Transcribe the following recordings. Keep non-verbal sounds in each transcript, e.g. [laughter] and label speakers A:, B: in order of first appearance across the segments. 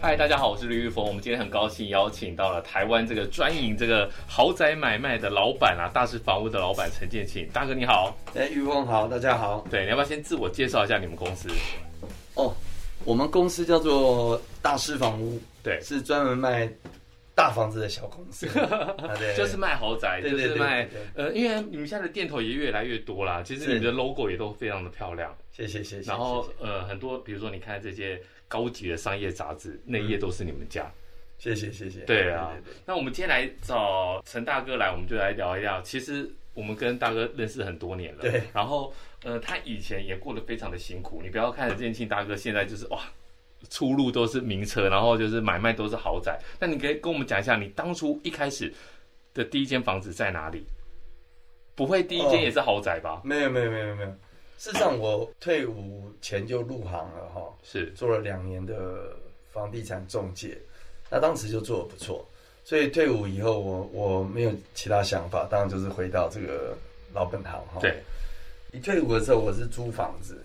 A: 嗨，大家好，我是绿玉峰。我们今天很高兴邀请到了台湾这个专营这个豪宅买卖的老板啊，大师房屋的老板陈建庆大哥，你好。
B: 哎，玉凤好，大家好。
A: 对，你要不要先自我介绍一下你们公司？
B: 哦，我们公司叫做大师房屋，
A: 对，
B: 是专门卖大房子的小公
A: [laughs]
B: 司。啊对
A: 就是卖豪宅，
B: 对
A: 就
B: 对
A: 是
B: 对
A: 卖
B: 对
A: 呃，因为你们现在的店头也越来越多啦，其实你们的 logo 也都非常的漂亮。
B: 谢谢谢谢。
A: 然后
B: 谢
A: 呃，很多比如说你看这些高级的商业杂志，内
B: 嗯
A: 页都是你们家。
B: 谢谢谢谢。
A: 对啊
B: 对对
A: 那我们今天来找陈大哥来，我们就来聊一聊。其实我们跟大哥认识很多年了，
B: 对。
A: 然后呃，他以前也过得非常的辛苦。你不要看建庆大哥现在就是哇，出入都是名车，然后就是买卖都是豪宅。那你可以跟我们讲一下，你当初一开始的第一间房子在哪里？不会第一间
B: 哦
A: 也是豪宅吧？
B: 没有没有没有没有。事实上，我退伍前就入行了哈，
A: 是
B: 做了两年的房地产中介，那当时就做的不错。所以退伍以后我，我没有其他想法，当然就是回到这个老本行哈。
A: 对，
B: 一退伍的时候，我是租房子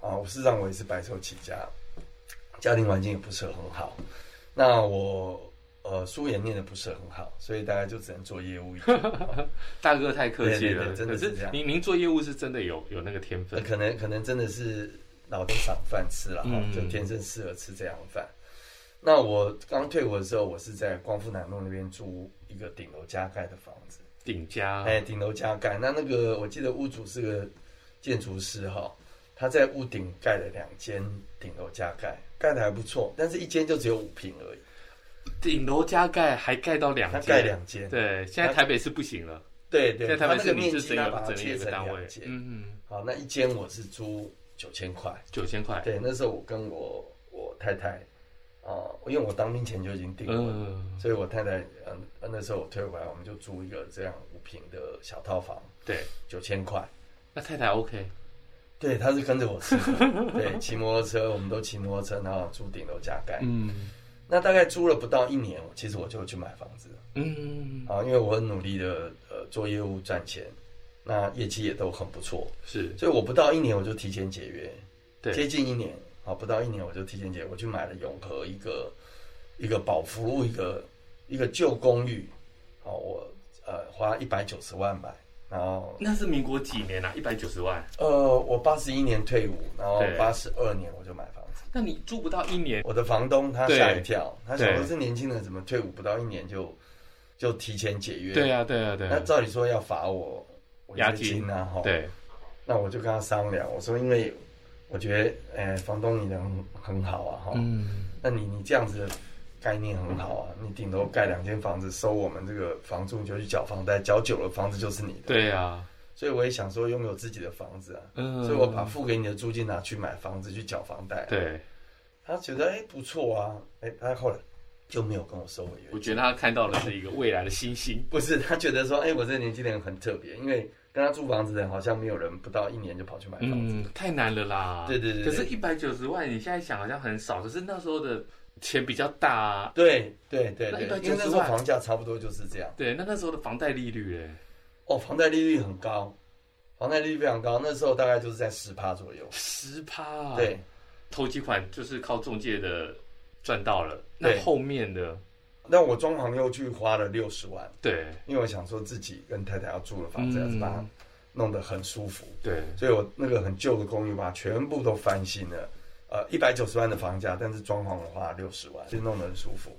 B: 啊，我事实上我也是白手起家，家庭环境也不是很好。那我呃书也念的不是很好，所以大概就只能做业务一族、啊
A: 大哥太客气了，
B: 对对对真的是
A: 可
B: 这
A: 是哎
B: 样
A: 您您做业务是真的有有那个天分
B: 呃，可能可能真的是老天赏饭吃了哈、
A: 嗯
B: 就天生适合吃这样的饭。那我刚退伍的时候，我是在光复南路那边租一个顶楼加盖的房子。
A: 顶家，
B: 哎，顶楼加盖。那那个我记得屋主是个建筑师哈、他在屋顶盖了两间顶楼加盖，盖的还不错，但是一间就只有五平而已，
A: 顶楼加盖还盖到两
B: 他
A: 间，
B: 盖两间。
A: 对，现在台北是不行了，
B: 对
A: 现在
B: 对，
A: 台
B: 他
A: 北
B: 那
A: 市
B: 个
A: 你
B: 面
A: 是
B: 积
A: 整
B: 他
A: 个
B: 把它
A: 整理
B: 切
A: 一
B: 成
A: 个单位
B: 两，间。
A: 嗯，嗯
B: 好，那一间我是租九千块。
A: 九千块，
B: 对，那时候我跟我我太太，啊、因为我当兵前就已经订婚了，
A: 嗯，
B: 所以我太太，嗯、呃，那时候我退回来，我们就租一个这样五平的小套房，
A: 对，
B: 九千块。
A: 那太太 OK，
B: 对，他是跟着我
A: [laughs]
B: 吃的，对，骑摩托车，我们都骑摩托车，然后住顶楼加盖。
A: 嗯
B: 那大概租了不到一年，其实我就去买房子了
A: 嗯，
B: 啊，因为我很努力的呃做业务赚钱，那业绩也都很不错，
A: 是
B: 所以我不到一年我就提前解约，
A: 对
B: 接近一年啊，不到一年我就提前解约，我去买了永和一个一个宝福路一个一个旧公寓，啊，我呃花一百九十万买，然后
A: 那是民国几年啊？一百九十万，
B: 呃我八十一年退伍，然后
A: 对
B: 八十二年我就买房子。
A: 那你住不到一年，
B: 我的房东他吓一跳，他想
A: 对
B: 说这年轻人怎么退伍不到一年就就提前解约？
A: 对啊对啊对
B: 那
A: 啊，
B: 照理说要罚我违
A: 押
B: 约
A: 金
B: 金啊，哈。
A: 对，
B: 那我就跟他商量，我说因为我觉得，哎、房东你人很好啊，哈、
A: 嗯，
B: 那你你这样子的概念很好啊，你顶楼盖两间房子收我们这个房租，你就去缴房贷，缴久了房子就是你的。
A: 对啊，
B: 所以我也想说拥有自己的房子啊，
A: 嗯，
B: 所以我把付给你的租金拿去买房子去缴房贷啊、
A: 对，
B: 他觉得哎、不错啊，哎、他后来就没有跟我收违约
A: 我。觉得他看到的是一个未来的星
B: [laughs]
A: 星，
B: 不是他觉得说，哎、我这年轻人很特别，因为跟他租房子的人好像没有人不到一年就跑去买房子。
A: 嗯，太难了啦，
B: 对对对
A: 可
B: 对
A: 是，一百九十万，你现在想好像很少，可是那时候的钱比较大啊，
B: 对对对
A: 那
B: 对，
A: 190
B: 因为那时候
A: 万
B: 房价差不多就是这样。
A: 对，那那时候的房贷利率欸嘞，
B: 哦，房贷利率很高，房贷利率非常高，那时候大概就是在十趴左右。
A: 十趴，
B: 对，
A: 头几款就是靠中介的赚到了，
B: 对
A: 那后面的
B: 那我装潢又去花了六十万，
A: 对
B: 因为我想说自己跟太太要住的房子，
A: 嗯
B: 要是把它弄得很舒服，
A: 对
B: 所以我那个很旧的公寓把它全部都翻新了，呃，一百九十万的房价，但是装潢我花了六十万，就弄得很舒服。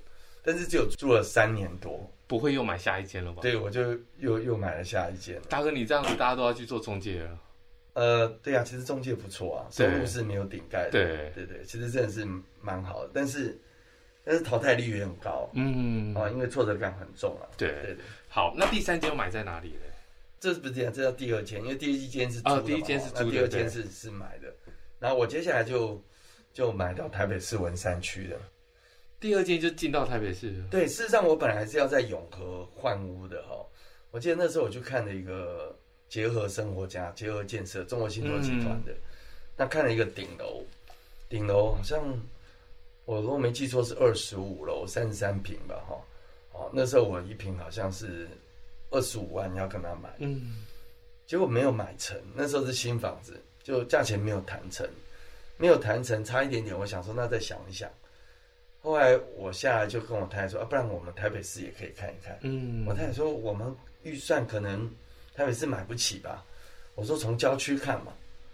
B: 但是只有住了三年多，
A: 不会又买下一间了吧？
B: 对我就又又买了下一间了。
A: 大哥，你这样子大家都要去做中介了，
B: 呃，对啊，其实中介不错啊，收
A: 对
B: 入是没有顶盖的。
A: 对，
B: 对对，其实真的是蛮好的，但是但是淘汰率也很高、
A: 嗯，
B: 啊，因为挫折感很重啊。对
A: 对，
B: 对，
A: 好，那第三间买在哪里嘞？
B: 这是不是这样？这叫第二间，因为第一间是租的
A: 啊
B: 嘛、
A: 第一间是租的
B: 那第二间是是买的。然后我接下来就就买到台北市文山区的。
A: 第二间就进到台北市了，
B: 对，事实上我本来是要在永和换屋的哈、哦，我记得那时候我去看了一个结合生活家、结合建设中国信托集团的，那看了一个顶楼，顶楼好像我如果没记错是二十五楼，三十三平吧哈、哦，那时候我一平好像是二十五万要跟他买，
A: 嗯，
B: 结果没有买成，那时候是新房子，就价钱没有谈成，没有谈成，差一点点。我想说，那再想一想。后来我下来就跟我太太说，啊，不然我们台北市也可以看一看。
A: 嗯
B: 我太太说，我们预算可能台北市买不起吧。我说从郊区看嘛，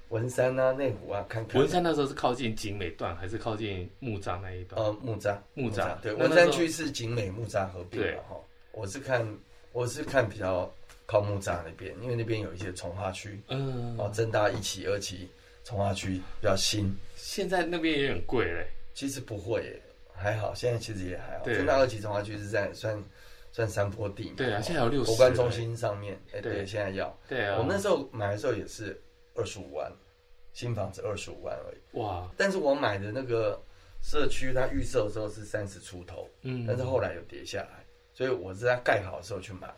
B: 文山啊、内湖啊看看。
A: 文山那时候是靠近景美段还是靠近木栅那一段？
B: 呃，木栅，
A: 木栅
B: 对，
A: 那那
B: 文
A: 时
B: 山
A: 候
B: 区是景美木栅合并
A: 对
B: 嘛哈。我是看我是看比较靠木栅那边，因为那边有一些从化区，
A: 嗯，
B: 哦，正大一期、二期从化区比较新。
A: 现在那边也很贵嘞。
B: 其实不会耶，还好，现在其实也还好。
A: 对啊
B: 正大二期从化区是在算算山坡地嘛，
A: 对啊
B: 哦
A: 现在有60
B: 国关中心上面，哎、
A: 对
B: 对，现在要。
A: 对啊，
B: 我那时候买的时候也是二十五万，新房子二十五万而已。
A: 哇，
B: 但是我买的那个社区，它预售的时候是三十出头，
A: 嗯，
B: 但是后来有跌下来，所以我是在盖好的时候去买，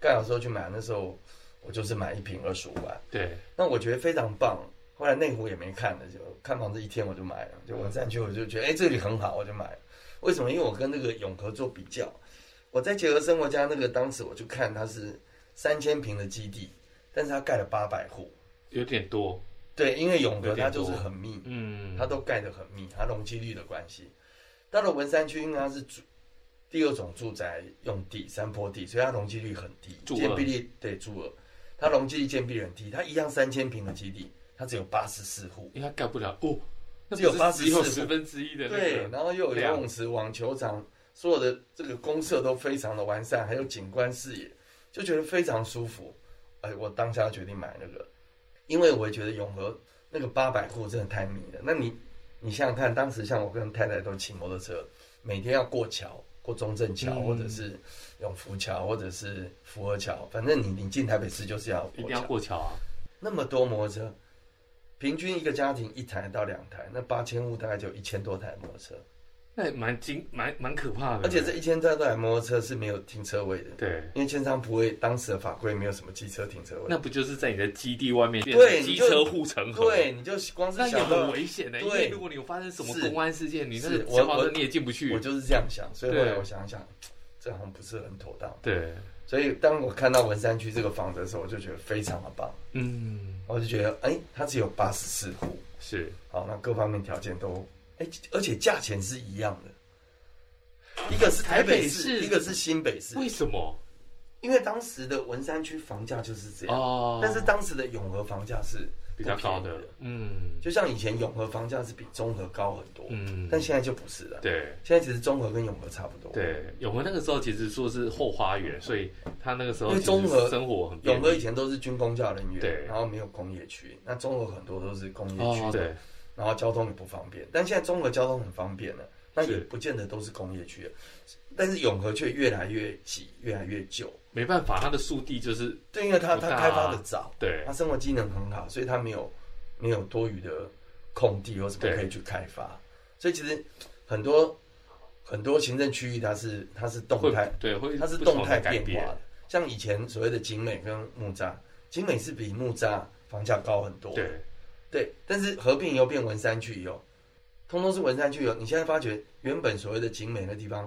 B: 盖好的时候去买，那时候我就是买一平二十五万，
A: 对，
B: 那我觉得非常棒。后来内湖也没看了，就看房子一天我就买了，就文山区我就觉得哎、这里很好，我就买了。为什么？因为我跟那个永和做比较，我在结合生活家那个当时我就看它是三千平的基地，但是它盖了八百户，
A: 有点多，
B: 对，因为永
A: 有
B: 和
A: 点
B: 它就是
A: 多
B: 很密，
A: 嗯，
B: 它都盖得很密，它容积率的关系。到了文山区，因为它是住第二种住宅用地山坡地，所以它容积率很低，
A: 住二
B: 建蔽率对住二，它容积率建蔽率很低，它一样三千平的基地，它只有八十四户，
A: 应该盖不了哦，那
B: 只有
A: 不是
B: 84
A: 只有
B: 户
A: 十分之一的那
B: 对，
A: 个，
B: 然后又有游
A: 量
B: 泳池、网球场，所有的这个公社都非常的完善，还有景观视野，就觉得非常舒服。哎，我当下决定买那个，因为我觉得永和那个八百户真的太密了。那你你想想看，当时像我跟太太都骑摩托车，每天要过桥，过中正桥、
A: 嗯
B: 或者是永福桥，或者是福和桥，反正你你进台北市就是要
A: 一定
B: 过
A: 要。
B: 桥
A: 过桥啊，
B: 那么多摩托车，平均一个家庭一台到两台，那八千户大概就一千多台摩托车。
A: 那也蛮惊，蛮蛮可怕的，
B: 而且这一千多台摩托车是没有停车位的，
A: 对。
B: 因为千商不会当时的法规没有什么机车停车位。
A: 那不就是在你的基地外面变
B: 对
A: 成
B: 你
A: 机
B: 就
A: 车护城河？
B: 对，你就光是
A: 那也
B: 想
A: 很
B: 到，
A: 危险的、
B: 对
A: 因为如果你有发生什么
B: 是
A: 公安事件，你那
B: 是
A: 个
B: 我
A: 消防
B: 我
A: 车你也进不去
B: 我。就是这样想，所以后来
A: 对
B: 我想想，这好像不是很妥当。
A: 对，
B: 所以当我看到文山区这个房子的时候，我就觉得非常的棒，
A: 嗯，
B: 我就觉得，哎，它只有八十四户，
A: 是
B: 好，那各方面条件都，哎，而且价钱是一样的，一个是台北市，
A: 台北市
B: 一个是新北市，
A: 为什么？
B: 因为当时的文山区房价就是这样，
A: 哦，
B: 但是当时的永和房价是
A: 比较高
B: 不便
A: 的
B: 宜的，
A: 嗯
B: 就像以前永和房价是比中和高很多，
A: 嗯，
B: 但现在就不是了。
A: 对
B: 现在其实中和跟永和差不多。，
A: 对，永和那个时候其实说是后花园，所以他那个时候
B: 因为
A: 其实
B: 中和
A: 生活很便
B: 永和
A: 利
B: 以前都是军工教人员，
A: 对
B: 然后没有工业区，那中和很多都是工业区，
A: 哦，对，
B: 然后交通也不方便。但现在中和交通很方便了，那也
A: 是
B: 不见得都是工业区了，但是永和却越来越挤，越来越旧。
A: 没办法，他的速地就是
B: 对，因为它
A: 不
B: 它
A: 大啊
B: 开发的早，
A: 对
B: 它生活机能很好，所以它没有没有多余的空地或什么
A: 对
B: 可以去开发，所以其实很多很多行政区域它是它是动
A: 会
B: 态，
A: 对会
B: 它是
A: 不
B: 动
A: 同
B: 态
A: 的改
B: 变化的，像以前所谓的景美跟木栅，景美是比木栅房价高很多，
A: 对，
B: 对，但是合并以后变文山区以后，通通是文山区以后，你现在发觉原本所谓的景美那地方，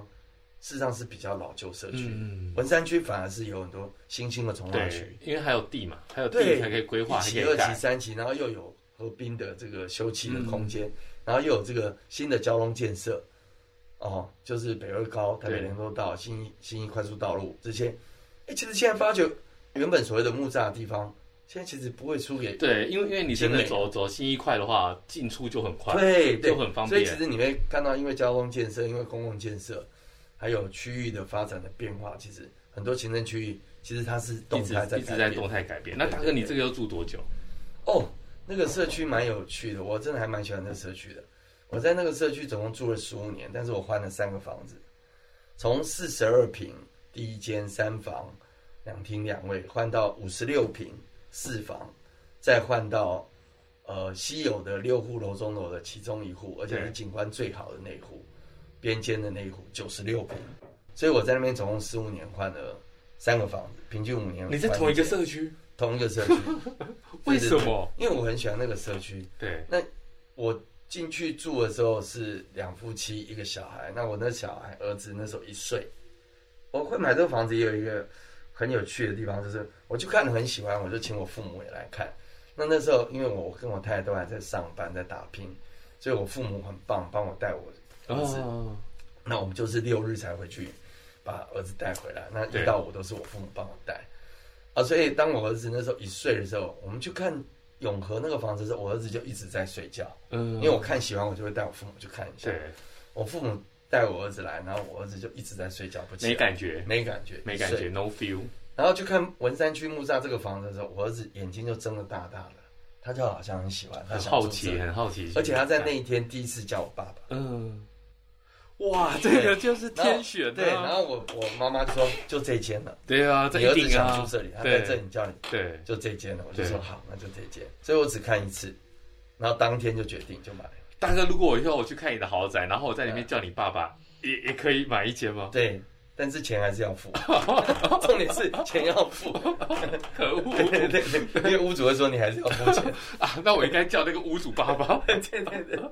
B: 事实上是比较老旧社区。
A: 嗯，
B: 文山区反而是有很多新兴的从化区
A: 对，，因为还有地嘛，还有
B: 对，
A: 地才可以规划，
B: 一
A: 还可
B: 期、
A: 以
B: 二期、
A: 改，嗯
B: 三期，然后又有合并的这个休憩的空间，然后又有这个新的交通建设，哦，就是北二高、台北
A: 对
B: 联络道、新一新一快速道路这些。哎、其实现在发觉，原本所谓的木栅的地方，现在其实不会输给
A: 对，因为因为你真
B: 精
A: 的
B: 美
A: 走走新一块的话，进出就很快，
B: 对，对
A: 就很方
B: 所以
A: 便
B: 其实你会看到，因为交通建设，因为公共建设，还有区域的发展的变化，其实很多行政区域其实它是
A: 一
B: 动
A: 直
B: 态在
A: 一直
B: 改
A: 在
B: 变
A: 动态改变。那
B: 对
A: 大
B: 对
A: 哥，你
B: 对
A: 这个要住多久？
B: 哦，那个社区蛮有趣的，我真的还蛮喜欢那个社区的。我在那个社区总共住了十五年，但是我换了三个房子，从四十二平第一间三房两厅两卫换到五十六平四房，再换到呃稀有的六户楼中楼的其中一户，而且是
A: 对
B: 景观最好的那一户，边间的那一户九十六平，所以我在那边总共十五年换了三个房子，平均五年
A: 你在
B: 换
A: 同一个
B: 间
A: 社区，
B: 同一个社区，
A: 为什
B: 嗯对？对
A: 么？
B: 对因为我很喜欢那个社区。
A: 对，
B: 那我进去住的时候是两夫妻一个小孩，那我那小孩儿子那时候一岁。我会买这个房子也有一个很有趣的地方，就是我就看了很喜欢，我就请我父母也来看。那那时候因为我跟我太太都还在上班在打拼，所以我父母很棒，帮我带我儿子。
A: 哦，
B: 那我们就是六日才回去把儿子带回来，那
A: 对
B: 一到五都是我父母帮我带。啊，所以当我儿子那时候一岁的时候，我们去看永和那个房子的时候，我儿子就一直在睡觉，
A: 嗯，
B: 因为我看喜欢，我就会带我父母去看一下。
A: 对
B: 我父母带我儿子来，然后我儿子就一直在睡觉，不起来
A: 没感觉，
B: 没感觉，
A: 没感
B: 一
A: 觉
B: 睡。
A: ，no feel，
B: 然后去看文山区木栅这个房子的时候，我儿子眼睛就睁得大大的，他就好像很喜欢，他
A: 很
B: 想
A: 好
B: 住这
A: 奇，
B: 里
A: 很好奇，
B: 而且他在那一天第一次叫我爸爸。
A: 嗯，哇，这个就是
B: 然后
A: 天选
B: 对，
A: 的啊，
B: 然后我我妈妈就说就这间了，
A: 对啊，这
B: 你儿
A: 一
B: 子
A: 定
B: 想
A: 啊
B: 住，这里，他在
A: 对
B: 这里叫你
A: 对，
B: 就这间了，我就
A: 对
B: 说好，那就这间，所以我只看一次，然后当天就决定就买了。
A: 大哥，如果我以后我去看你的豪宅，然后我在里面叫你爸爸，也也可以买一间吗？
B: 对，但是钱还是要付， [laughs] 重点是钱要付，
A: 可恶
B: 对对对， [laughs] 因为屋主会说你还是要付钱，
A: 啊！那我应该叫那个屋主爸爸。
B: [laughs] 对对对对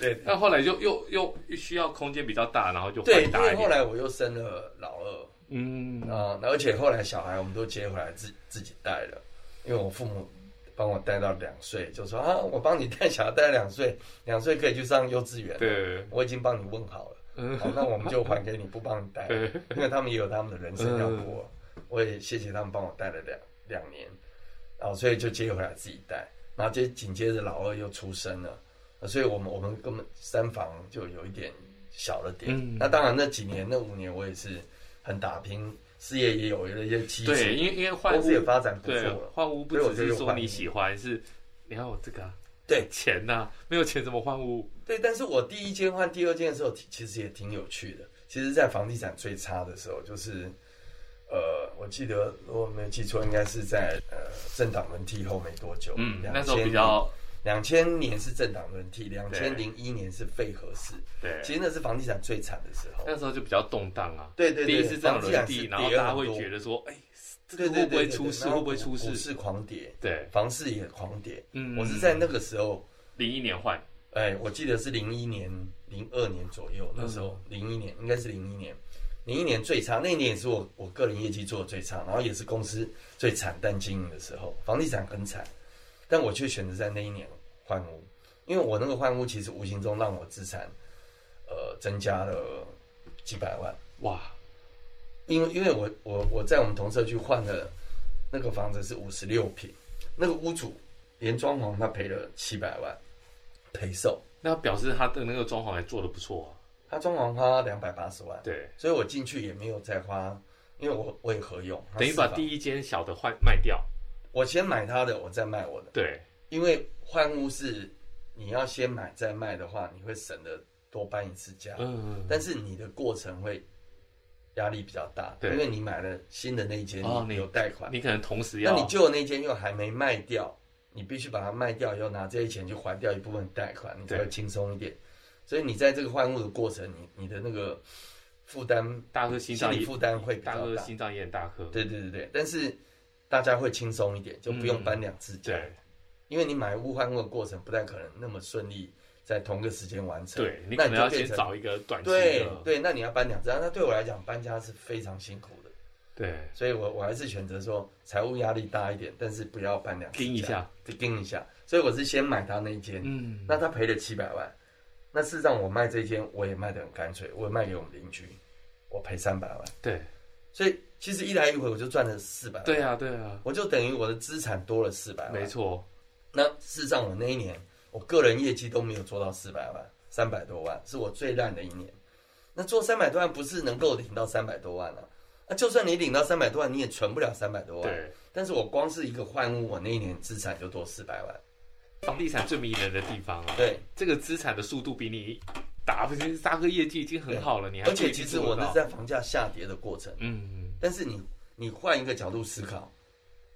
B: 对
A: 那后来就又又需要空间比较大，然后就
B: 对，
A: 换
B: 因
A: 大
B: 为
A: 一
B: 后
A: 点。
B: 来我又生了老二，
A: 嗯，
B: 啊、而且后来小孩我们都接回来自自己带了，因为我父母帮我带到两岁，就说啊，我帮你带小孩带两岁，两岁可以去上幼稚园，
A: 对，
B: 我已经帮你问好 [laughs] 了，好，那我们就还给你，不帮你带，
A: 对
B: [laughs] 因为他们也有他们的人生要
A: 嗯
B: 过，我也谢谢他们帮我带了两两年，然后所以就接回来自己带，然后接紧接着老二又出生了，所以我们我们根本三房就有一点小了点，
A: 嗯
B: 那当然那几年那五年我也是很打拼，事业也有了一些基础，
A: 对，因为因为换
B: 公
A: 屋
B: 司也发展不错
A: 对
B: 了，
A: 换屋不
B: 所以我
A: 只
B: 就是又
A: 说
B: 换
A: 你
B: 屋
A: 喜欢，是你要有这个啊
B: 对
A: 钱呐，没有钱怎么换屋？
B: 对，但是我第一间换第二间的时候，其其实也挺有趣的。其实，在房地产最差的时候，就是，呃，我记得如果没有记错，应该是在呃政党轮替后没多久，
A: 嗯，
B: 2000
A: 那时候比较
B: 两千年是政党轮替，两
A: 对
B: 千零一年是废核市，
A: 对，
B: 其实那是房地产最惨的时候。
A: 那时候就比较动荡啊。
B: 对对对，
A: 第一次这样
B: 房地产
A: 轮
B: 是
A: 地，
B: 跌
A: 然后大家会
B: 很多
A: 觉得说，哎，这
B: 对
A: 个
B: 对
A: 会不
B: 对
A: 会
B: 对
A: 出
B: 对
A: 事？
B: 然后
A: 会不会出
B: 股股
A: 事？
B: 市狂跌，
A: 对，
B: 房市也狂跌。
A: 嗯
B: 我是在那个时候，
A: 零一年换，
B: 哎，我记得是零一年、零二年左右，那时候零一年应该是零一年，零一年最差，那一年也是我我个人业绩做的最差，然后也是公司最惨淡经营的时候，房地产很惨，但我却选择在那一年换屋，因为我那个换屋其实无形中让我资产呃增加了几百万，
A: 哇，
B: 因为因为我我我在我们同社区换了那个房子是五十六平，那个屋主连装潢他赔了七百万赔售。
A: 那表示他的那个装潢还做的不错、啊。
B: 他装潢花两百八十万，
A: 对，
B: 所以我进去也没有再花，因为我我也合用，
A: 等于把
B: 它四房
A: 第一间小的换卖掉。
B: 我先买他的，我再卖我的，
A: 对，
B: 因为换屋是你要先买再卖的话，你会省得多搬一次家，
A: 嗯，
B: 但是你的过程会压力比较大，
A: 对
B: 因为你买了新的那一间，
A: 哦
B: 你
A: 你
B: 有贷款，
A: 你可能同时
B: 那
A: 要
B: 你旧的那间又还没卖掉，你必须把它卖掉以后拿这些钱去还掉一部分贷款，你才
A: 对
B: 会轻松一点。所以你在这个换屋的过程，你你的那个负担
A: 大哥心
B: 心
A: 脏
B: 理
A: 也
B: 负担会比
A: 大
B: 较
A: 哥
B: 大。
A: 心脏也很大颗。
B: 对对对对，但是大家会轻松一点，就不用
A: 嗯
B: 搬两次家，
A: 对
B: 因为你买屋换屋的过程不太可能那么顺利，在同个时间完成。
A: 对，你
B: 那
A: 可
B: 你
A: 能
B: 就
A: 要
B: 变
A: 先
B: 成
A: 找一个短期
B: 对
A: 的。
B: 对，那你要搬两次，那对我来讲搬家是非常辛苦的，
A: 对，
B: 所以我我还是选择说财务压力大一点，但是不要搬两次
A: 盯一
B: 家
A: 下。
B: 就盯一下。所以我是先买他那一间，
A: 嗯，
B: 那他赔了七百万。那事实上我卖这一间我也卖得很干脆，我也卖给我们邻居，我赔三百万。
A: 对，
B: 所以其实一来一回我就赚了四百万，
A: 对啊，对啊，
B: 我就等于我的资产多了四百万。
A: 没错。
B: 那事实上我那一年我个人业绩都没有做到四百万，三百多万是我最烂的一年。那做三百多万不是能够领到三百多万啊？那就算你领到三百多万，你也存不了三百多万。
A: 对，
B: 但是我光是一个换屋，我那一年资产就多四百万。
A: 房地产最迷人的地方啊，
B: 对，
A: 这个资产的速度比你打不是大哥业绩已经很好了，你还
B: 而且
A: 不一定
B: 其实
A: 做
B: 我
A: 得
B: 那
A: 到
B: 是在房价下跌的过程，
A: 嗯，
B: 但是你你换一个角度思考，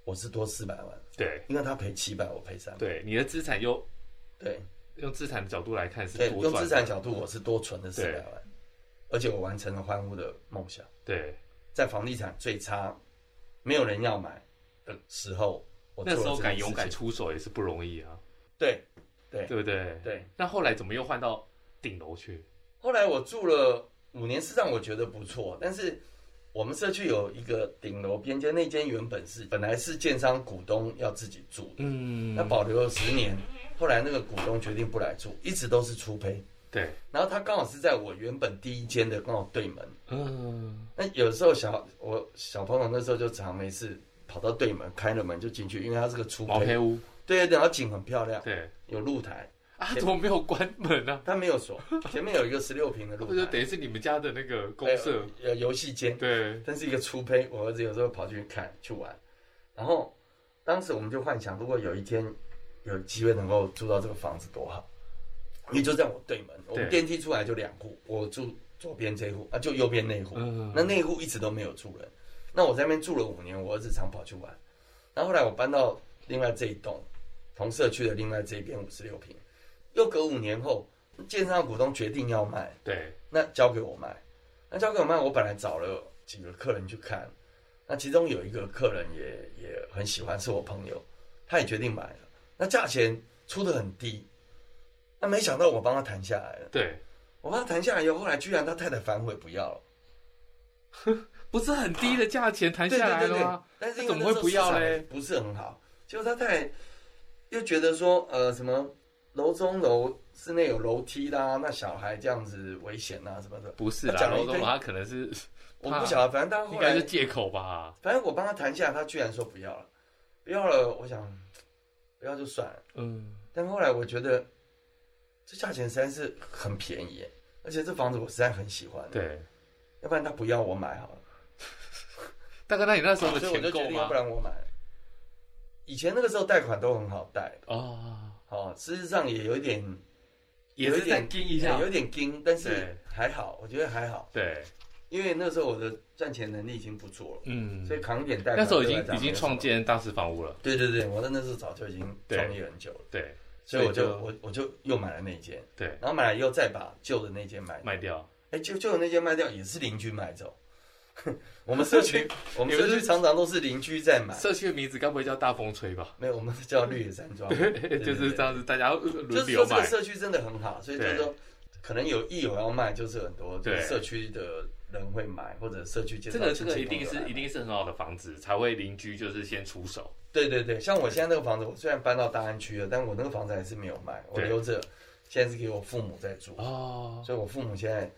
B: 我是多四百万，
A: 对
B: 因为他赔七百，我赔三百，
A: 对，你的资产又
B: 对
A: 用资产的角度来看是
B: 对，
A: 多
B: 用
A: 赚
B: 资
A: 的，
B: 产角度我是多存了四
A: 对
B: 百万，而且我完成了欢呼的梦想，
A: 对，
B: 在房地产最差，没有人要买的时候，我
A: 那
B: 做
A: 时
B: 了
A: 候
B: 这
A: 敢
B: 件
A: 勇
B: 事
A: 敢
B: 情，
A: 出手也是不容易啊，
B: 对对
A: 对不对？
B: 对。
A: 那后来怎么又换到顶楼去？
B: 后来我住了五年，事实上我觉得不错，但是我们社区有一个顶楼边间，那间原本是本来是建商股东要自己住的。
A: 嗯
B: 那保留了十年，后来那个股东决定不来住，一直都是出胚，
A: 对，
B: 然后他刚好是在我原本第一间的刚好对门。
A: 嗯，
B: 那有时候小我小朋友那时候就常没事跑到对门开了门就进去，因为它是个出
A: 毛
B: 胚，
A: 坯屋，
B: 对对，然后景很漂亮，
A: 对
B: 有露台，
A: 啊，怎么没有关门
B: [laughs]
A: 呢、啊？
B: 它没有锁，前面有一个十六平的
A: 那
B: 露
A: 不就
B: 台，
A: 等于是你们家的那个公社？
B: 有有游戏间，
A: 对，
B: 但是一个出胚，我儿子有时候跑去看去玩，然后当时我们就幻想，如果有一天有机会能够住到这个房子多好，因为就在我对门，我们
A: 对
B: 电梯出来就两户，我住左边这一户啊，就右边那一户，
A: 嗯
B: 那那一户一直都没有住人，那我在那边住了五年，我儿子常跑去玩，然后后来我搬到另外这一栋同社区的另外这一边五十六平，又隔五年后，建商股东决定要卖。
A: 对，
B: 那交给我卖，那交给我卖，我本来找了几个客人去看，那其中有一个客人也也很喜欢，是我朋友，他也决定买了，那价钱出的很低，那没想到我帮他谈下来了，
A: 对，
B: 我帮他谈下来以后，后来居然他太太反悔不要了，
A: 不是很低的价钱谈
B: 对
A: 下
B: 对
A: 啊来
B: 对
A: 了
B: 对
A: 吗？，
B: 但是
A: 那怎么会不要嘞？
B: 不是很好，结果他太太又觉得说，呃，什么楼中楼室内有楼梯啦，那小孩这样子危险啊什么的，
A: 不是
B: 他
A: 啦，
B: 讲了
A: 楼
B: 一
A: 中
B: 堆
A: 他可能是
B: 我不晓得，反正他
A: 应
B: 后
A: 该
B: 来
A: 是借口吧？
B: 反正我帮他谈下来，他居然说不要了，不要了。我想不要就算了，
A: 嗯，
B: 但后来我觉得这价钱实在是很便宜耶，而且这房子我实在很喜欢，，
A: 对。
B: 要不然他不要我买好了，
A: 大哥，那你那时候的
B: 所以我
A: 钱
B: 就
A: 够
B: 决定要
A: 吗
B: 不？然我买。以前那个时候贷款都很好贷，
A: 哦，
B: 哦，事实上也有一点，
A: 也
B: 有
A: 是
B: 一
A: 再
B: 点
A: 盯一下
B: 有，一点惊，但是
A: 对
B: 还好，我觉得还好，
A: 对，
B: 因为那时候我的赚钱能力已经不错了，
A: 嗯
B: 所，以扛一点贷款
A: 那时候已
B: 对我
A: 经
B: 来讲
A: 已
B: 没
A: 经
B: 有什
A: 创
B: 么，
A: 建大师房屋了，
B: 对对对，我在那时候早就已经
A: 对
B: 创业很久了。
A: 对
B: 所以我
A: 所以
B: 就
A: 就
B: 我我就又买了那间，
A: 对，
B: 然后买了以后再把旧的那间卖，
A: 卖掉。
B: 哎，旧旧的那间卖掉也是邻居买走。 [laughs] 我们社
A: [laughs]
B: 区我们
A: 你们
B: 社
A: 是
B: 区常常都是邻居在买，
A: 社区的名字该不会叫大风吹 [laughs] 吧？
B: 没有我们叫绿野山庄，对
A: [laughs] 就是这。样子，大家呃
B: 对就
A: 轮
B: 是
A: 流
B: 说这个
A: 买。
B: 社区真的很好，所以就是说可能有意有要卖，就是很多就
A: 对
B: 是社区的人会买，或者社区介绍
A: 这个这
B: 亲戚
A: 个一
B: 朋
A: 定
B: 友
A: 是
B: 来
A: 一定是很好的房子，才会邻居就是先出手。
B: 对对对，像我现在那个房子，我虽然搬到大安区了，但我那个房子还是没有卖，我
A: 对
B: 留着，现在是给我父母在住。
A: 哦，
B: 所以我父母现在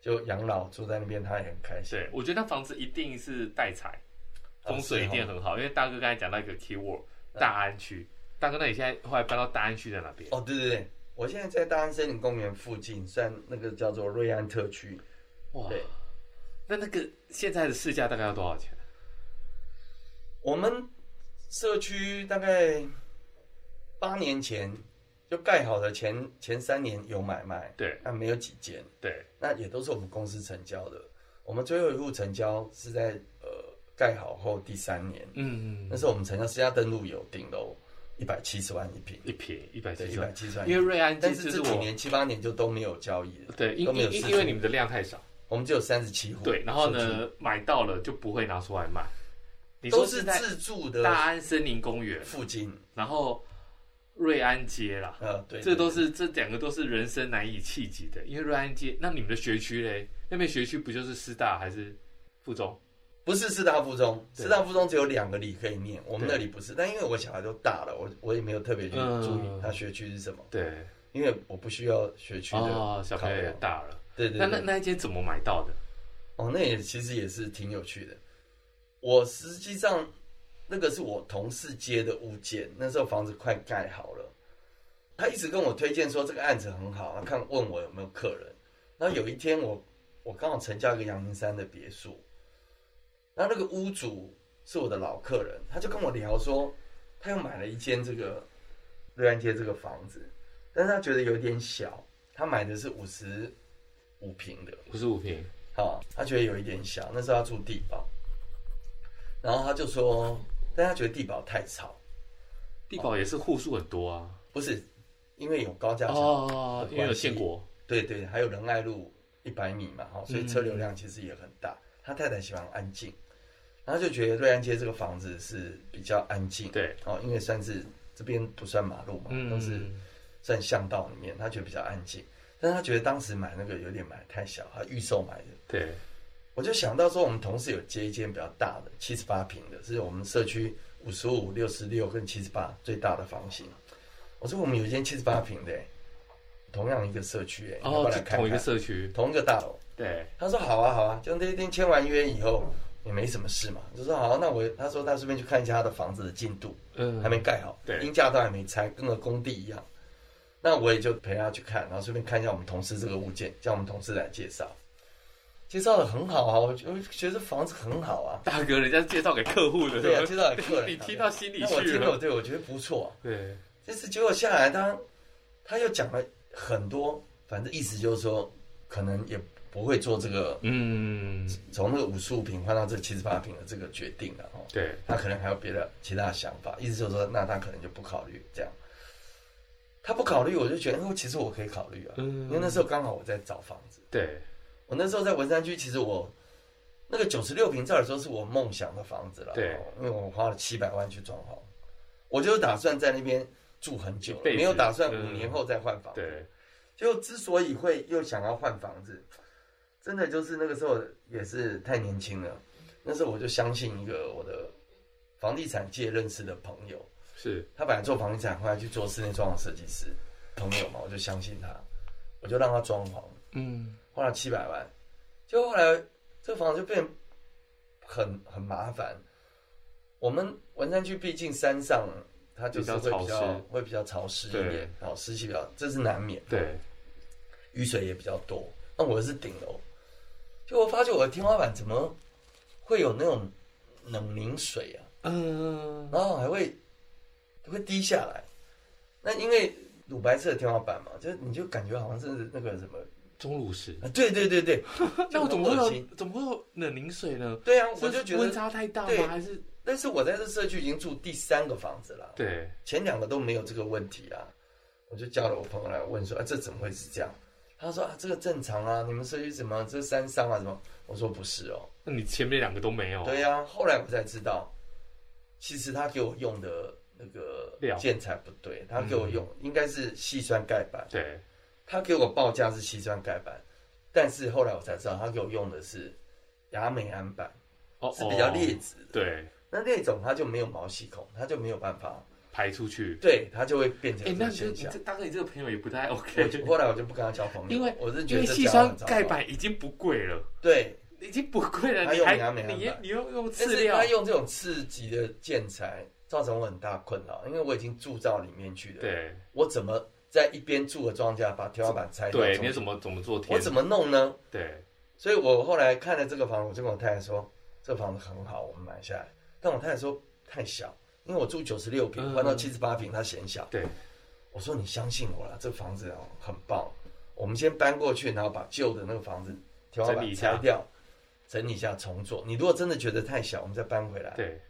B: 就养老住在那边，他也很开心。
A: 对，我觉得那房子一定是带财，
B: 啊
A: 风水一定很好，因为大哥刚才讲到一个 key word，大安区。大哥，那你现在后来搬到大安区在哪边？
B: 哦，对对对，我现在在大安森林公园附近，算那个叫做瑞安特区，
A: 哇
B: 对，
A: 那那个现在的市价大概要多少钱？啊
B: 我们社区大概八年前就盖好的前前三年有买卖，
A: 对
B: 那没有几间，
A: 对，
B: 那也都是我们公司成交的。我们最后一户成交是在呃盖好后第三年，
A: 嗯
B: 那，时候我们成交私家登录有顶楼一百七十万一平，
A: 一平一百
B: 对，
A: 七
B: 一
A: 十
B: 百
A: 万，
B: 七十万一
A: 啊
B: 平
A: 因为瑞安街
B: 但
A: 就是是
B: 这几
A: 我
B: 年七八年就都没有交易了，
A: 对，因
B: 都没有
A: 因
B: 事
A: 因
B: 情
A: 因为你们的量太少，
B: 我们只有三十七户。
A: 对，然后？呢，买到了就不会拿出来卖。你说
B: 都
A: 是
B: 是
A: 在
B: 自住
A: 大
B: 的
A: 安森林公园，
B: 附近，
A: 然后瑞安街啦，
B: 呃，对，
A: 这都是这两个都是人生难以企及的，因为瑞安街，那你们的学区嘞，那边学区不就是师大还是附中？
B: 不是师大附中，
A: 对
B: 师大附中只有两个里可以念，我们
A: 对
B: 那里不是。但因为我小孩都大了，我我也没有特别去注
A: 嗯
B: 意他学区是什么，
A: 对，
B: 因为我不需要学区的。
A: 哦，小朋友也大了，
B: 对对
A: 那那
B: 对，
A: 那一间怎么买到的？
B: 哦，那也其实也是挺有趣的。我实际上那个是我同事接的物件，那时候房子快盖好了，他一直跟我推荐说这个案子很好，看问我有没有客人。然后有一天我我刚好成交一个阳明山的别墅，然后那个屋主是我的老客人，他就跟我聊说，他又买了一间这个瑞安街这个房子，但是他觉得有点小，他买的是五十五平的，
A: 五十五平，
B: 好，他觉得有一点小，那时候他住地堡，然后他就说，但他觉得地堡太吵，
A: 地堡也是户数很多啊。
B: 不是因为有高架桥，
A: 哦，因为有
B: 关系
A: 建国，
B: 对对，还有仁爱路一百米嘛，哈，所
A: 嗯
B: 以车流量其实也很大。他太太喜欢安静，然后就觉得瑞安街这个房子是比较安静，
A: 对，
B: 哦，因为算是这边不算马路嘛，
A: 嗯
B: 都是算巷道里面，他觉得比较安静。但是他觉得当时买那个有点买太小，他预售买的，
A: 对，
B: 我就想到说，我们同事有接一间比较大的，七十八平的，是我们社区五十五、六十六跟七十八最大的房型。我说我们有一间七十八平的、欸同样一个社区、欸，哎，要不
A: 哦，
B: 要来
A: 是
B: 看看
A: 同一个社区，
B: 同一个大楼。
A: 对，
B: 他说好啊好啊，就那一天签完约以后也没什么事嘛，就说好啊、那我他说他顺便去看一下他的房子的进度，
A: 嗯，
B: 还没盖好，
A: 对
B: 阴架都还没拆，跟个工地一样。那我也就陪他去看，然后顺便看一下我们同事这个物件，叫我们同事来介绍，介绍的很好啊，我觉我觉得这房子很好啊，
A: 大哥，人家是介绍给客户的，
B: 对啊，
A: 不
B: 介绍给客人，
A: 你听到心里
B: 那我
A: 去
B: 听了，
A: 了，
B: 对我觉得不错、
A: 对，
B: 这次结果下来，他他又讲了很多，反正意思就是说，可能也不会做这个
A: 嗯，
B: 从那个五十五平换到这七十八平的这个决定了哦。
A: 对，
B: 他可能还有别的其他的想法，意思就是说，那他可能就不考虑这样。他不考虑，我就觉得，哦，其实我可以考虑啊，
A: 嗯
B: 因为那时候刚好我在找房子，
A: 对，
B: 我那时候在文山区，其实我那个九十六平，照理说是我梦想的房子了，
A: 对
B: 哦，因为我花了七百万去装潢，我就打算在那边住很久了
A: 一辈子
B: 没有打算五
A: 嗯
B: 年后再换房子。
A: 对，
B: 就之所以会又想要换房子，真的就是那个时候也是太年轻了。那时候我就相信一个我的房地产界认识的朋友，
A: 是，
B: 他本来做房地产，后来去做室内装潢设计师，朋友嘛，我就相信他，我就让他装潢，
A: 嗯，
B: 花了七百万，结果后来这个房子就变很很麻烦。我们文山区毕竟山上，它就是会比
A: 比较潮
B: 较
A: 湿
B: 会比较潮湿一
A: 对
B: 点，然后湿气比较，这是难免。
A: 对，
B: 雨水也比较多。那我是顶楼，就我发觉我的天花板怎么会有那种冷凝水啊，
A: 嗯，
B: 然后还会会滴下来。那因为乳白色的天花板嘛，就你就感觉好像是那个什么，
A: 钟乳石，
B: 啊、对对对
A: [laughs]
B: 对，
A: 那我怎么
B: 就很恶
A: 会
B: 心
A: 有怎么会有冷凝水呢？
B: 对啊，我就是觉
A: 温
B: 得，
A: 差太大
B: 对
A: 吗？还是
B: 但是我在这社区已经住第三个房子了，
A: 对，
B: 前两个都没有这个问题啊。我就叫了我朋友来问说，啊，这怎么会是这样？他说啊，这个正常啊，你们社区怎么这山上啊什么？我说不是哦，
A: 那你前面两个都没有，啊
B: 对呀、后来我才知道，其实他给我用的那个
A: 料嗯
B: 建材不对，他给我用、应该是细酸盖板，
A: 对，
B: 他给我报价是细酸盖板，但是后来我才知道他给我用的是亚美安板，
A: 哦，
B: 是比较劣
A: 哦，
B: 质的。
A: 对，
B: 那那种它就没有毛细孔，它就没有办法，
A: 排出去。
B: 对，它就会变成
A: 哎，
B: 这
A: 那
B: 个
A: 你这
B: 现
A: 你
B: 象
A: 这。大哥，你这个朋友也不太
B: 我就
A: OK，
B: 后来我就不跟他交朋友，
A: 因为
B: 我是
A: 因
B: 觉
A: 为
B: 得这
A: 细
B: 交
A: 酸
B: 往糟糕
A: 盖板已经不贵了，
B: 对，
A: 已经不贵了，
B: 他
A: 你
B: 用啊
A: 还
B: 牙美安
A: 你
B: 板
A: 你又用
B: 但
A: 饲
B: 是
A: 料
B: 他，用这种刺激的建材造成我很大困扰，因为我已经住到里面去了，
A: 对
B: 我怎么在一边住的庄家把天花板拆掉？
A: 对，
B: 重新
A: 你怎么怎么做天
B: 我？怎么弄呢？
A: 对，
B: 所以我后来看了这个房子，我就跟我太太说，这房子很好，我们买下来。但我太太说太小，因为我住九十六平，
A: 嗯
B: 换到七十八平，她嫌小。
A: 对，
B: 我说你相信我啦，这房子哦很棒，我们先搬过去，然后把旧的那个房子天花
A: 整理
B: 板
A: 一下
B: 拆掉，整理一下重做。你如果真的觉得太小，我们再搬回来。
A: 对，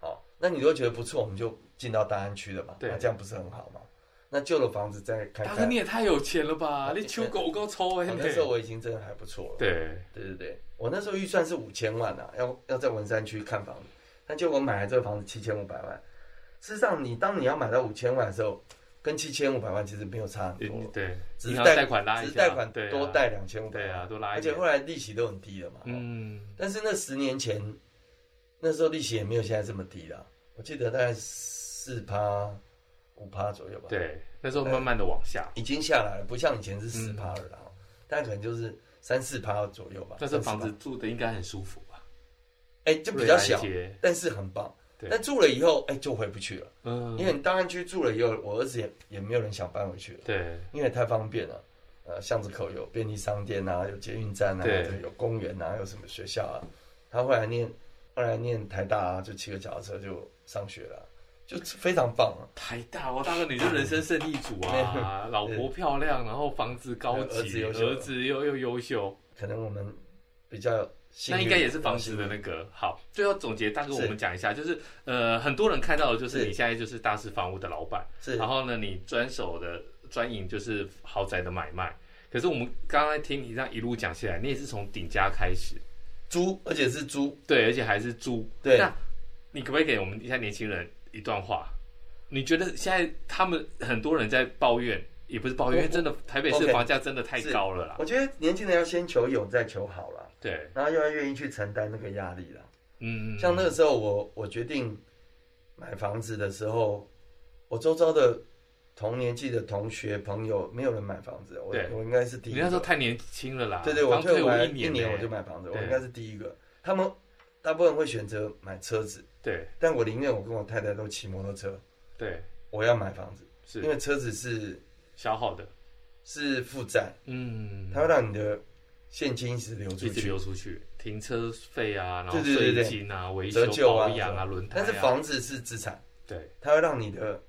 B: 好，那你如果觉得不错，我们就进到大安区了嘛，
A: 对
B: 那这样不是很好吗？那旧的房子再看
A: 大
B: 看
A: 哥，你也太有钱了吧！
B: 我
A: 你求狗够抽哎
B: 哦，那时候我已经真的还不错了。
A: 对，
B: 对对对，我那时候预算是五千万啊，要要在文山区看房子，但结果买了这个房子七千五百万。事实上，你当你要买到五千万的时候，跟七千五百万其实没有差很
A: 你
B: 多，
A: 对，
B: 只
A: 银
B: 是
A: 行
B: 贷
A: 贷款拉一
B: 只
A: 下，
B: 是贷款
A: 对啊
B: 多，贷两千五百
A: 对啊，
B: 万，
A: 多拉
B: 而
A: 一
B: 且
A: 点
B: 后。来利息都很低了嘛。哦
A: 嗯，
B: 但是那十年前，那时候利息也没有现在这么低了，我记得大概四趴、五趴左右吧。
A: 对，那时候慢慢的往下，
B: 已经下来了，不像以前是
A: 嗯
B: 十趴了啦，大概可能就是三四趴左右吧。
A: 但是房子
B: 3-4%，
A: 住的应该很舒服吧？
B: 哎、就比较小
A: 瑞，安街
B: 但是很棒。
A: 对
B: 但住了以后，哎、就回不去了，
A: 嗯，
B: 因为你大安区住了以后，我儿子也也没有人想搬回去了，
A: 对
B: 因为太方便了。呃，巷子口有便利商店啊，有捷运站啊，
A: 对
B: 有公园啊，有什么学校啊。他后来念，后来念台大啊，就骑个脚踏车就上学了，就非常棒啊。
A: 台大哦，大哥你是人生胜利组
B: [laughs]
A: 啊，老婆漂亮，然后房子高
B: 儿子
A: 级，
B: 优秀
A: 儿子又又优秀，
B: 可能我们比较幸
A: 那
B: 运，
A: 应该也是房子的那个好。最后总结，大哥
B: 是
A: 我们讲一下，就是呃，很多人看到的就是
B: 是
A: 你现在就是大师房屋的老板，
B: 是
A: 然后呢，你专手的专营就是豪宅的买卖。可是我们刚才听你这样一路讲下来，你也是从顶家开始，
B: 租，而且是租。
A: 对，而且还是租。
B: 对
A: 那你可不可以给我们现在年轻人一段话？你觉得现在他们很多人在抱怨，也不是抱
B: 我
A: 怨，因为真的台北市
B: OK
A: 房价真的太
B: 是
A: 高了啦。
B: 我觉得年轻人要先求有，再求好啦，
A: 对，
B: 然后又要愿意去承担那个压力啦。
A: 嗯，
B: 像那个时候我我决定买房子的时候，我周遭的同年纪的同学朋友，没有人买房子，我
A: 对
B: 我应该是第一
A: 你
B: 个。
A: 那时候太年轻了啦，
B: 对对，我
A: 刚退
B: 伍完
A: 伍
B: 一
A: 年
B: 年
A: 欸
B: 我就买房子，我
A: 对
B: 应该是第一个。他们大部分会选择买车子，
A: 对
B: 但我宁愿我跟我太太都骑摩托车，
A: 对
B: 我要买房子，因
A: 是
B: 为车子是
A: 消耗的，
B: 是负债，
A: 嗯，
B: 它会让你的现金一直流出
A: 一直
B: 去。
A: 流出去，停车费啊，然后
B: 对对对
A: 税
B: 对
A: 金啊、维
B: 折
A: 修
B: 旧啊
A: 保养啊、轮胎啊，
B: 但是房子是资产，
A: 对
B: 它会让你的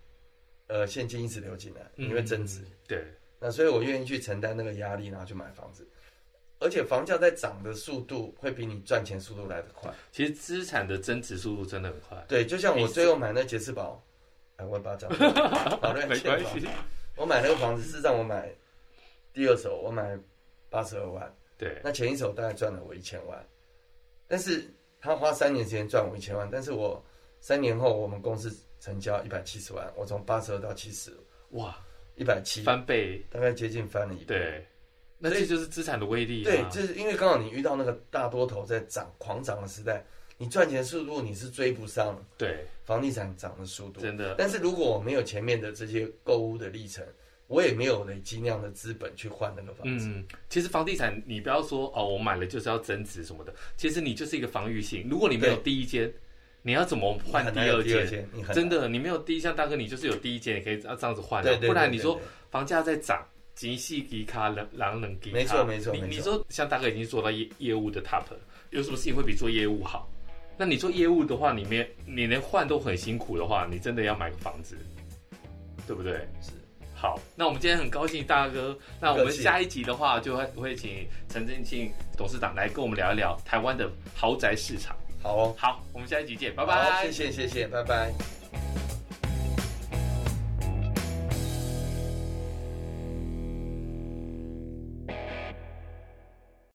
B: 呃现金一直流进来，
A: 嗯
B: 你会增值。
A: 对
B: 那所以我愿意去承担那个压力，然后去买房子。而且房价在涨的速度会比你赚钱速度来得快。
A: 其实资产的增值速度真的很快，
B: 对，就像我最后买那杰士堡，哎，我也
A: [laughs]
B: 不知道讲，好乱
A: 没
B: 七八
A: 关
B: 糟
A: 系。
B: 我买那个房子是让我买第二手，我买八十二万，
A: 对，
B: 那前一手大概赚了我一千万，但是他花三年时间赚我一千万，但是我三年后我们公司成交一百七十万，我从八十二到七十，
A: 哇，
B: 一百七，
A: 翻倍，
B: 大概接近翻了一倍。
A: 对，那这就是资产的威力
B: 对
A: 啊，，
B: 就是因为刚好你遇到那个大多头在涨狂涨的时代，你赚钱速度你是追不上
A: 对，
B: 房地产涨的速度。
A: 真的，
B: 但是如果我没有前面的这些购物的历程，我也没有累积那样的资本去换那个房子。
A: 嗯，其实房地产你不要说哦，我买了就是要增值什么的，其实你就是一个防御性，如果你没有
B: 对
A: 第一间，你要怎么换
B: 很
A: 第
B: 难有
A: 二
B: 第二
A: 间？
B: 间，你很
A: 真
B: 难
A: 的，你没有第一项大哥，你就是有第一件，你可以这样子换啊、
B: 对对对
A: 不然你说
B: 对对
A: 房价在涨，急细给卡狼狼冷给卡，
B: 没错没错
A: 你
B: 没错
A: 你说像大哥已经做到业业务的 top，了有什么事情会比做业务好？那你做业务的话，你没你连换都很辛苦的话，你真的要买个房子，对不对？
B: 是
A: 好，那我们今天很高兴大哥，那我
B: 不
A: 们
B: 客气
A: 下一集的话就会会请陈振庆董事长来跟我们聊一聊台湾的豪宅市场。
B: 好哦，
A: 好，我们下一集见，拜
B: 好
A: 拜。
B: 谢谢谢谢，拜拜。